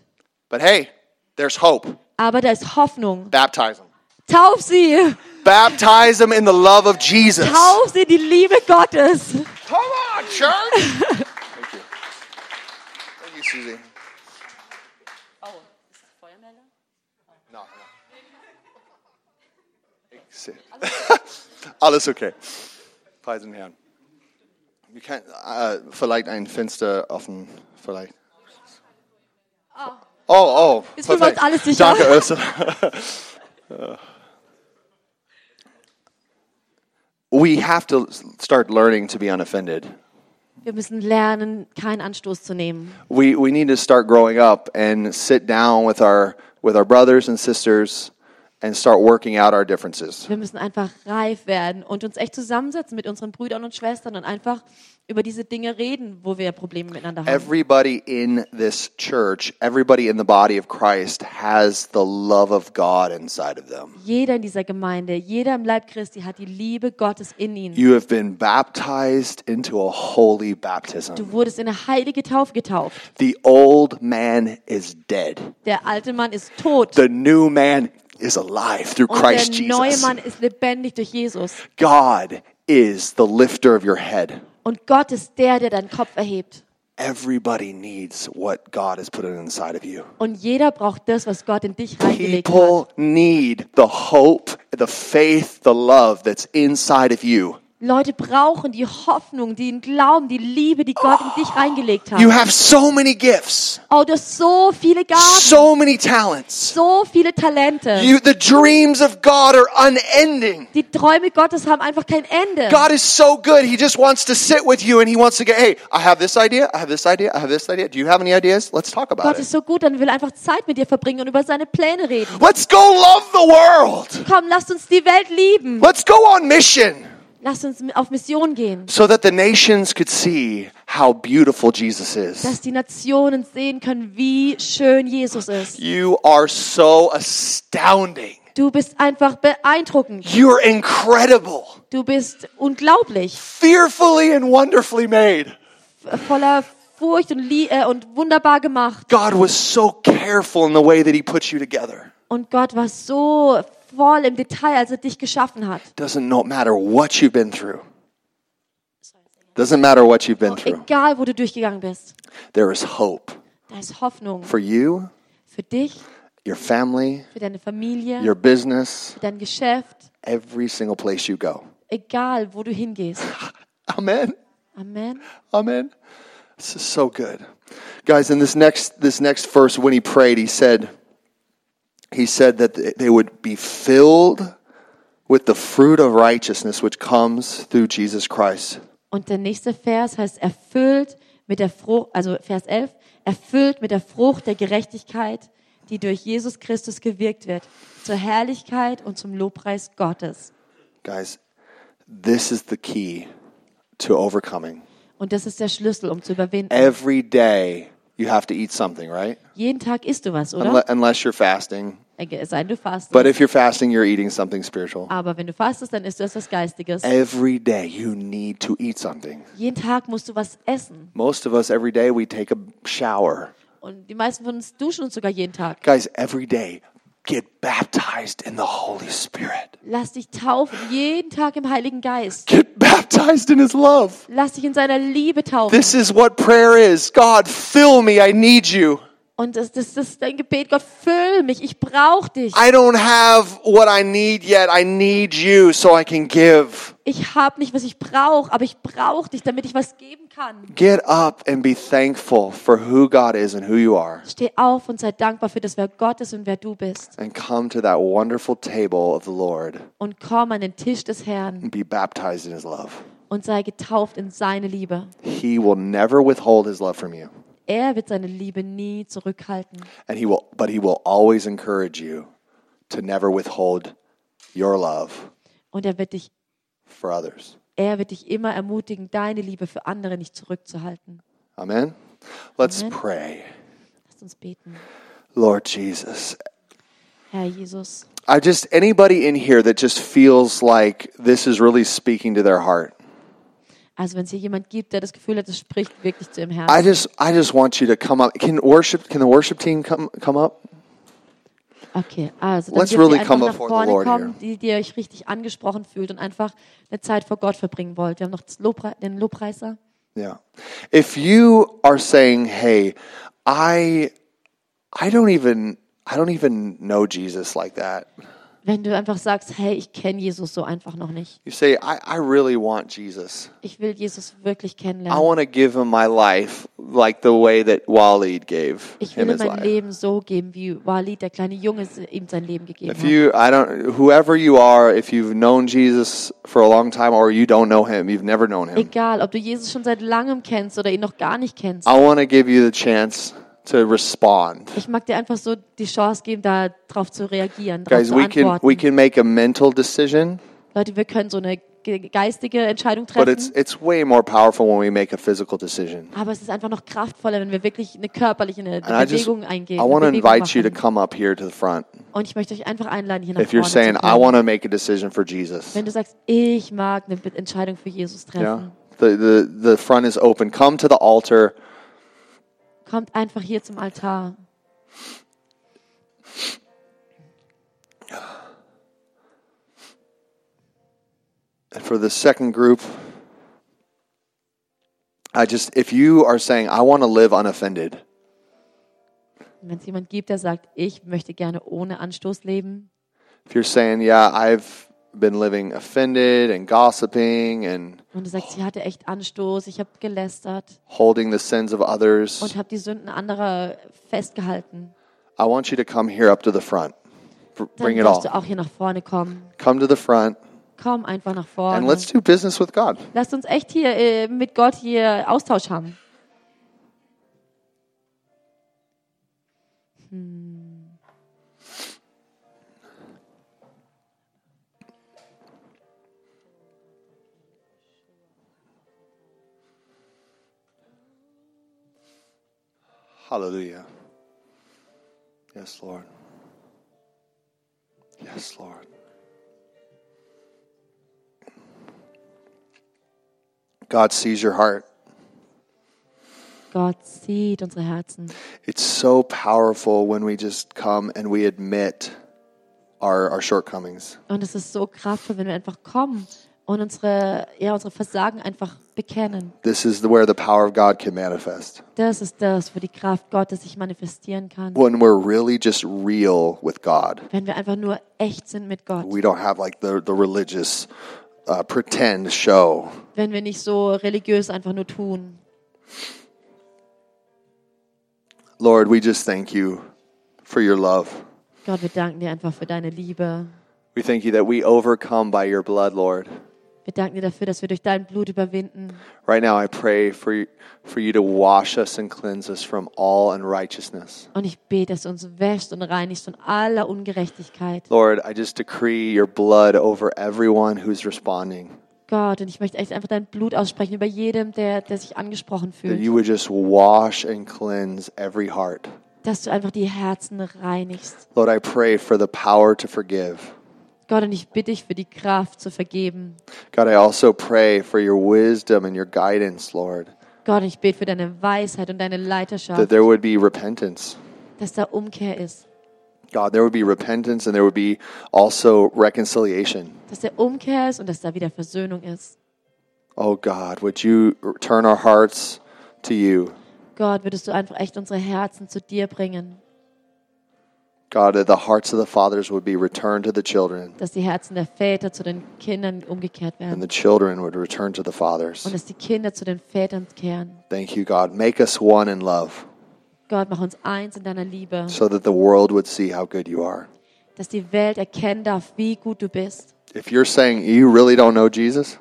But hey, there's hope. Aber da ist Hoffnung. Baptize them. Tauf sie. Baptize them in the love of Jesus. Tauf sie in die Liebe Gottes. Come on, church. Thank you. Thank you, Susie. No, no. Except- Alles okay. Preis in Herrn. Wir können äh, vielleicht ein Fenster offen, vielleicht. Oh, oh. Jetzt fühlen wir uns perfekt. alle sicher. Danke, Öster. We have to start learning to be unoffended. Wir müssen lernen, keinen Anstoß zu nehmen. We, we need to start growing up and sit down with our, with our brothers and sisters and start working out our differences. Wir müssen einfach reif werden und uns echt zusammensetzen mit unseren Brüdern und Schwestern und einfach über diese Dinge reden, wo wir Probleme miteinander haben. Everybody in this church, everybody in the body of Christ has the love of God inside of them. Jeder in dieser Gemeinde, jeder im Leib Christi hat die Liebe Gottes in ihm. You have been baptized into a holy Du baptism. wurdest in eine heilige Taufe getauft. The old man is dead. Der alte Mann ist tot The new man is alive through und Christ der neue Jesus. Mann ist lebendig durch Jesus. God is the lifter of your head. Und Gott ist der, der deinen Kopf erhebt. Everybody needs what God has put inside of you. Und jeder braucht das, was Gott in dich reingelegt hat. People need the hope, the faith, the love that's inside of you. Leute brauchen die Hoffnung, den Glauben, die Liebe, die Gott in dich reingelegt You hat. have so many gifts, Oh, du hast so viele Gaben, so many talents. so viele Talente. You, the dreams of God are unending. Die Träume Gottes haben einfach kein Ende. God is so good. He just wants to sit with you and he wants to go, hey, I have this idea. I have this idea. I have this idea. Do you have any ideas? Let's talk about Gott it. ist so gut, dann will er einfach Zeit mit dir verbringen und über seine Pläne reden. Let's go love the world. Komm, lasst uns die Welt lieben. Let's go on mission Lasst uns auf Mission gehen, so that the nations could see how beautiful Jesus is. dass die Nationen sehen können, wie schön Jesus ist. You are so astounding. Du bist einfach beeindruckend. You're incredible. Du bist unglaublich, Fearfully and wonderfully made. voller Furcht und, Lie äh, und wunderbar gemacht. God was so careful in the way that he put you together. Und Gott war so voll im Detail, als er dich geschaffen hat. Doesn't no- matter what you've been through. Doesn't matter what you've been through. Egal, wo du durchgegangen bist, There is hope da ist Hoffnung for you, für dich, your family, für deine Familie, your business, für dein Geschäft, every single place you go. egal, wo du hingehst. Amen. Amen. Amen. This is so good. Guys, in this next this next verse when he prayed, he said he said that th- they would be filled with the fruit of righteousness which comes through Jesus Christ. Und der nächste Vers heißt erfüllt mit der Frucht, also Vers 11, erfüllt mit der Frucht der Gerechtigkeit, die durch Jesus Christus gewirkt wird, zur Herrlichkeit und zum Lobpreis Gottes. Guys, this is the key to overcoming. Und das ist der Schlüssel, um zu überwinden. Every day you have to eat something, right? Jeden Tag isst du was, Unle- oder? Unless you're fasting. Es sei denn, du fastest. But if you're fasting, you're eating something spiritual. Aber wenn du fastest, dann isst du etwas Geistiges. Every day you need to eat something. Jeden Tag musst du was essen. Most of us, every day, we take a shower. Und die meisten von uns duschen uns sogar jeden Tag. Guys, every day, get baptized in the Holy Spirit. Lass dich taufen, jeden Tag im Heiligen Geist. Get baptized in His love. Lass dich in seiner Liebe taufen. This is what prayer is. God, fill me. I need you. Und das, das, das ist dein Gebet, Gott, füll mich, ich brauche dich. I don't have what I need yet. I need you so I can give. Ich habe nicht, was ich brauche, aber ich brauche dich, damit ich was geben kann. Get up and be thankful for who God is and who you are. Steh auf und sei dankbar für das, wer Gott ist und wer du bist. And come to that wonderful table of the Lord Und komm an den Tisch des Herrn and be baptized in His love. und sei getauft in seine Liebe. He will never withhold His love from you. Er wird seine Liebe nie zurückhalten. and he will but he will always encourage you to never withhold your love Und er wird dich, for others er wird dich immer ermutigen, deine Liebe für andere nicht zurückzuhalten. amen let's Amen. pray Lass uns beten. lord jesus Herr Jesus, i just anybody in here that just feels like this is really speaking to their heart also wenn es hier jemand gibt, der das Gefühl hat, es spricht wirklich zu ihm i Herzen. just i just want you to come up can worship can the worship team come come up Okay, also dann Let's dürft really ihr einfach come nach before the vorne Lord kommen, die, die euch richtig angesprochen fühlt und einfach eine Zeit vor Gott verbringen wollt. Wir haben noch das Lobpre den Lobpreiser. yeah if you are saying hey i i don't even i don't even know jesus like that Wenn du einfach sagst, hey, ich kenne Jesus so einfach noch nicht. you say i, I really want jesus Ich will Jesus wirklich I kennenlernen. want to give him my life like the way that Walid gave Ich him will his ihm mein life. Leben so geben, wie Walid, der kleine Junge, es ihm sein Leben gegeben If hat. you, I don't, whoever you are, if you've known Jesus for a long time or you don't know him, you've never known him, Egal, ob du Jesus schon seit langem kennst oder ihn noch gar nicht kennst. I want to give you the chance to respond. Ich mag dir einfach so die Chance geben, da drauf zu reagieren, drauf Guys, zu we can, antworten. we can make a mental decision, Leute, wir können so eine ge- geistige Entscheidung but it's, treffen. it's way more powerful when we make a physical decision. Aber es ist einfach noch kraftvoller, wenn wir wirklich eine körperliche eine And I just, Bewegung eingehen. I want to eine Bewegung invite you to machen. come up here to the front. Und ich möchte euch einfach einladen, hier nach If you're vorne saying, zu I kommen. want to make a decision for Jesus. Wenn du sagst, ich mag eine Be- Entscheidung für Jesus Yeah. treffen, The, the, the front is open. Come to the altar. kommt einfach hier zum Altar. And for the second group, I just, if you are saying, I want to live unoffended, Wenn es jemand gibt, der sagt, ich möchte gerne ohne Anstoß leben, if you're saying, yeah, I've, been living offended and gossiping and Und er sagt, sie hatte echt Anstoß, ich habe gelästert holding the sins of others, und habe die Sünden anderer festgehalten. I want you to come here up to the front. Br- Dann Bring it darfst du all. auch hier nach vorne kommen. Come to the front Komm einfach nach and vorne. let's do business with God. Lasst uns echt hier äh, mit Gott hier Austausch haben. Hallelujah. Yes, Lord. Yes, Lord. God sees your heart. Gott sieht unsere Herzen. It's so powerful when we just come and we admit our, our shortcomings. Und es ist so kraftvoll, wenn wir einfach kommen und unsere, ja, unsere Versagen einfach bekennen. This is the, where the power of God can manifest. Das ist das, wo die Kraft Gottes sich manifestieren kann. When we're really just real with God, Wenn wir einfach nur echt sind mit Gott. we don't have like the, the religious uh, pretend show. Wenn wir nicht so religiös einfach nur tun. Lord, we just thank you for your love. Gott, wir danken dir einfach für deine Liebe. We thank you that we overcome by your blood, Lord. Wir danken dir dafür, dass wir durch dein Blut überwinden. Right now, I pray for, for you to wash us and cleanse us from all unrighteousness. Und ich bete, dass du uns wäschst und reinigst von aller Ungerechtigkeit. Lord, I just decree your blood over everyone who's responding. Gott, und ich möchte echt einfach dein Blut aussprechen über jedem, der, der sich angesprochen That fühlt. you would just wash and cleanse every heart. Dass du einfach die Herzen reinigst. Lord, I pray for the power to forgive. Gott, und ich bitte dich für die Kraft zu vergeben. God, I also pray for your wisdom and your guidance, Lord, Gott, und ich bete für deine Weisheit und deine Leiterschaft, that there would be repentance. dass da Umkehr ist. God, there would be repentance and there would be also reconciliation. Dass da Umkehr ist und dass da wieder Versöhnung ist. Oh God, would you turn our hearts to you? Gott, würdest du einfach echt unsere Herzen zu dir bringen, God, that the hearts of the fathers would be returned to the children dass die Herzen der Väter zu den Kindern umgekehrt and werden the children would return to the und fathers. dass die Kinder zu den Vätern kehren. Thank you, God. Make us one in love Gott, mach uns eins in deiner Liebe, so that the world would see how good you are. dass die Welt erkennen darf, wie gut du bist. If you're saying you really don't know Jesus,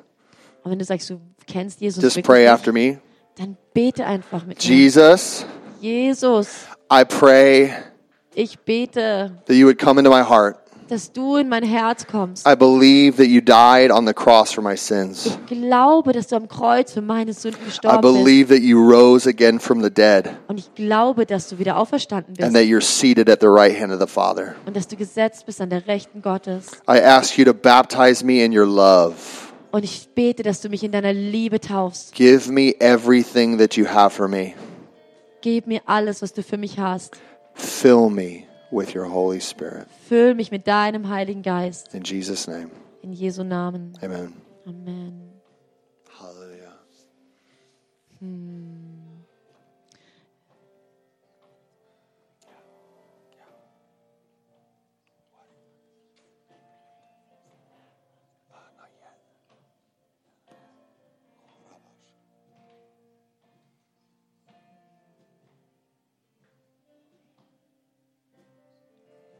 Und wenn du sagst, du kennst Jesus just wirklich pray nicht, after me. dann bete einfach mit mir. Jesus, Jesus, I pray ich bete, that you would come into my heart. dass du in mein Herz kommst. I believe that you died on the cross for my sins. Ich glaube, dass du am Kreuz für meine Sünden I gestorben bist. believe that you rose again from the dead Und ich glaube, dass du wieder auferstanden and bist that you're seated at the right hand of the Father. und dass du gesetzt bist an der Rechten Gottes. I ask you to baptize me in your love. Und ich bete, dass du mich in deiner Liebe taufst. Give me everything that you have for me. Gib mir alles, was du für mich hast. Fill me with your Holy Spirit. Füll mich mit deinem Heiligen Geist. In Jesus' name, In Jesu Namen. amen. Amen. Hallelujah.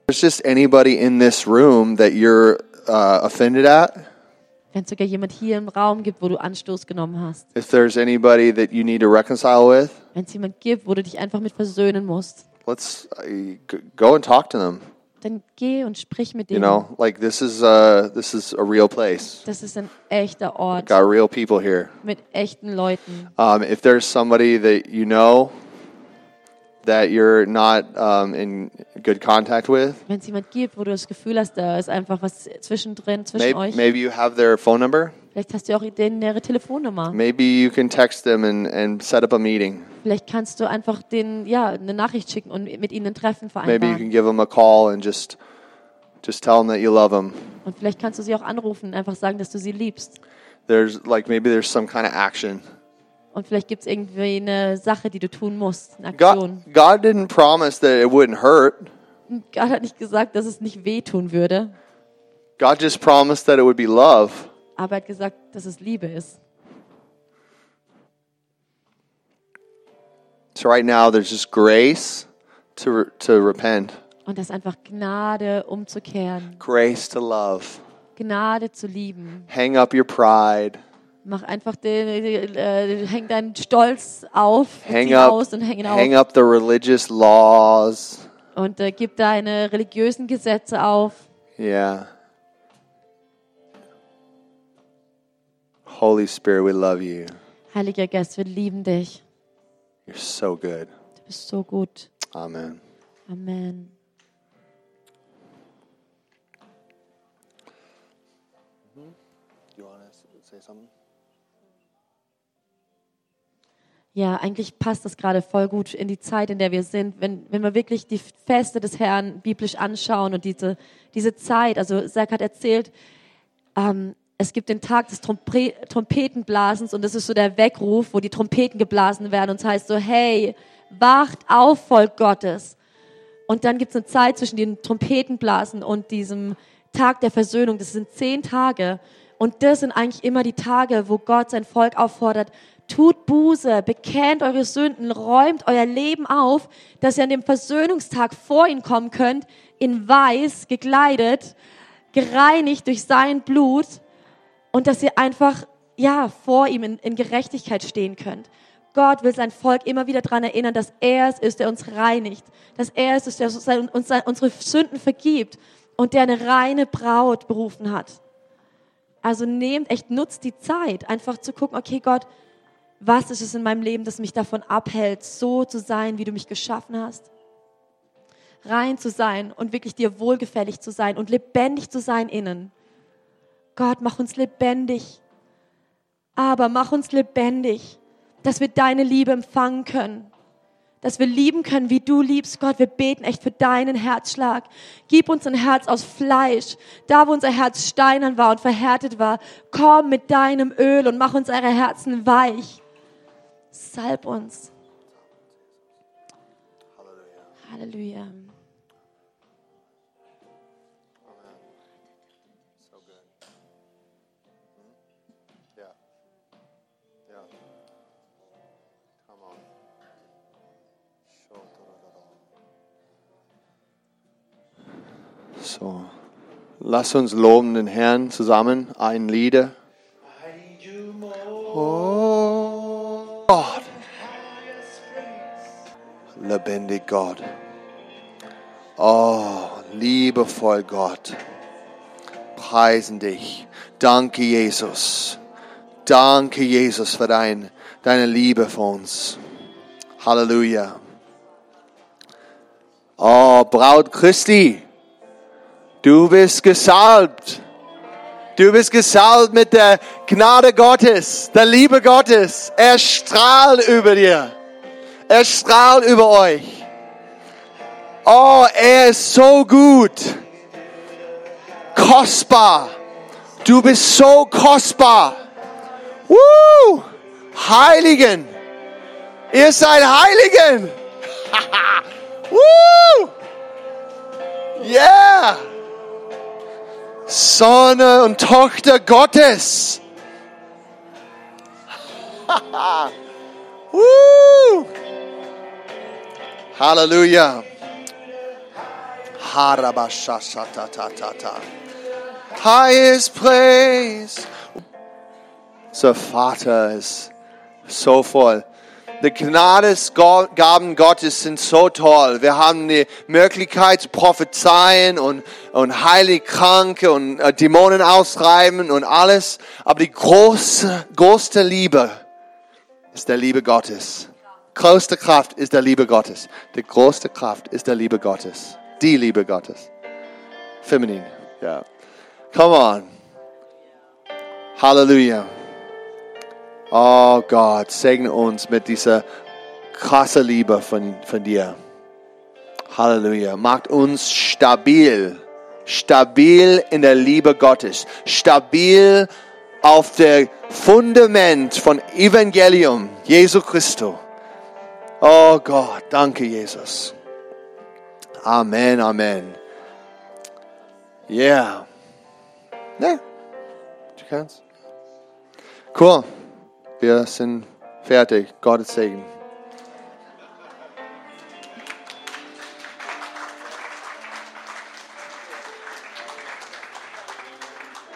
There's just anybody in this room that you're uh, offended at. Wenn es sogar jemand hier im Raum gibt, wo du Anstoß genommen hast. If there's anybody that you need to reconcile with, Wenn es jemand gibt, wo du dich einfach mit versöhnen musst. let's uh, g- go and talk to them. Dann geh und sprich mit You denen. know, like this is uh, this is a real place. Das ist ein echter Ort Got real people here. mit echten Leuten. Um, if there's somebody that you know that you're not um, in good contact with, Wenn es jemand gibt, wo du das Gefühl hast, da ist einfach was zwischendrin, zwischen maybe, euch. maybe you have their phone number. Vielleicht hast du auch denen ihre Telefonnummer. Maybe you can text them and, and set up a meeting. Vielleicht kannst du einfach denen, ja, eine Nachricht schicken und mit ihnen ein Treffen Maybe you can vereinbaren. give them a call and just just tell them that you love them. Und vielleicht kannst du sie auch anrufen und einfach sagen, dass du sie liebst. There's like maybe there's some kind of action. Und vielleicht gibt es irgendwie eine Sache, die du tun musst, eine Aktion. God, God didn't promise that it wouldn't hurt. Gott, hat nicht gesagt, dass es nicht wehtun würde. God just promised that it would be love. Aber er hat gesagt, dass es Liebe ist. So right now, there's just grace to, re- to repent, Und das ist einfach Gnade umzukehren, grace to love. Gnade zu lieben. Hang up your pride, Mach einfach den, äh, häng deinen Stolz auf, hang zieh up, aus und häng ihn hang auf. up the religious laws. Und äh, gib deine religiösen Gesetze auf. Yeah. Holy Spirit, we love you. Heiliger Geist, wir lieben dich. You're so good. Du bist so gut. Amen. Amen. You want to say something? Ja, eigentlich passt das gerade voll gut in die Zeit, in der wir sind. Wenn, wenn wir wirklich die Feste des Herrn biblisch anschauen und diese, diese Zeit, also Zack hat erzählt, ähm, es gibt den Tag des Trompe Trompetenblasens und das ist so der Weckruf, wo die Trompeten geblasen werden und es heißt so, hey, wacht auf, Volk Gottes. Und dann gibt es eine Zeit zwischen den Trompetenblasen und diesem Tag der Versöhnung. Das sind zehn Tage. Und das sind eigentlich immer die Tage, wo Gott sein Volk auffordert, tut Buße, bekennt eure Sünden, räumt euer Leben auf, dass ihr an dem Versöhnungstag vor ihn kommen könnt, in weiß, gekleidet, gereinigt durch sein Blut und dass ihr einfach ja vor ihm in, in Gerechtigkeit stehen könnt. Gott will sein Volk immer wieder daran erinnern, dass er es ist, der uns reinigt, dass er es ist, der uns, sein- uns sein- unsere Sünden vergibt und der eine reine Braut berufen hat. Also nehmt echt, nutzt die Zeit, einfach zu gucken, okay Gott, was ist es in meinem Leben, das mich davon abhält, so zu sein, wie du mich geschaffen hast? Rein zu sein und wirklich dir wohlgefällig zu sein und lebendig zu sein innen. Gott, mach uns lebendig. Aber mach uns lebendig, dass wir deine Liebe empfangen können. Dass wir lieben können, wie du liebst. Gott, wir beten echt für deinen Herzschlag. Gib uns ein Herz aus Fleisch. Da, wo unser Herz steinern war und verhärtet war, komm mit deinem Öl und mach unsere Herzen weich. Salb uns. Halleluja. So good. Yeah. Yeah. Come on. So. Lass uns loben den Herrn zusammen ein Lieder. Oh Gott. Lebendig Gott. Oh, liebevoll Gott preisen dich. Danke, Jesus. Danke, Jesus, für dein, deine Liebe für uns. Halleluja. Oh, Braut Christi, du bist gesalbt. Du bist gesalbt mit der Gnade Gottes, der Liebe Gottes. Er strahlt über dir. Er strahlt über euch. Oh, er ist so gut kostbar. Du bist so kostbar. Woo! Heiligen. Ihr seid Heiligen. Woo! Yeah! Sonne und Tochter Gottes. Woo! Halleluja. Harabashashatatata. Highest praise. Unser Vater ist so voll. Die Gnadesgaben Gottes sind so toll. Wir haben die Möglichkeit zu prophezeien und, und heilig Kranke und äh, Dämonen ausreiben und alles. Aber die große, größte Liebe ist der Liebe Gottes. Größte Kraft ist der Liebe Gottes. Die größte Kraft ist der Liebe Gottes. Die Liebe Gottes. Feminin. Ja. Come on. Halleluja. Oh Gott, segne uns mit dieser krasse Liebe von, von dir. Halleluja. Macht uns stabil. Stabil in der Liebe Gottes. Stabil auf der Fundament von Evangelium Jesu Christo. Oh Gott, danke Jesus. Amen, Amen. Yeah. Nee, du kannst. Cool. Wir sind fertig. Gottes Segen.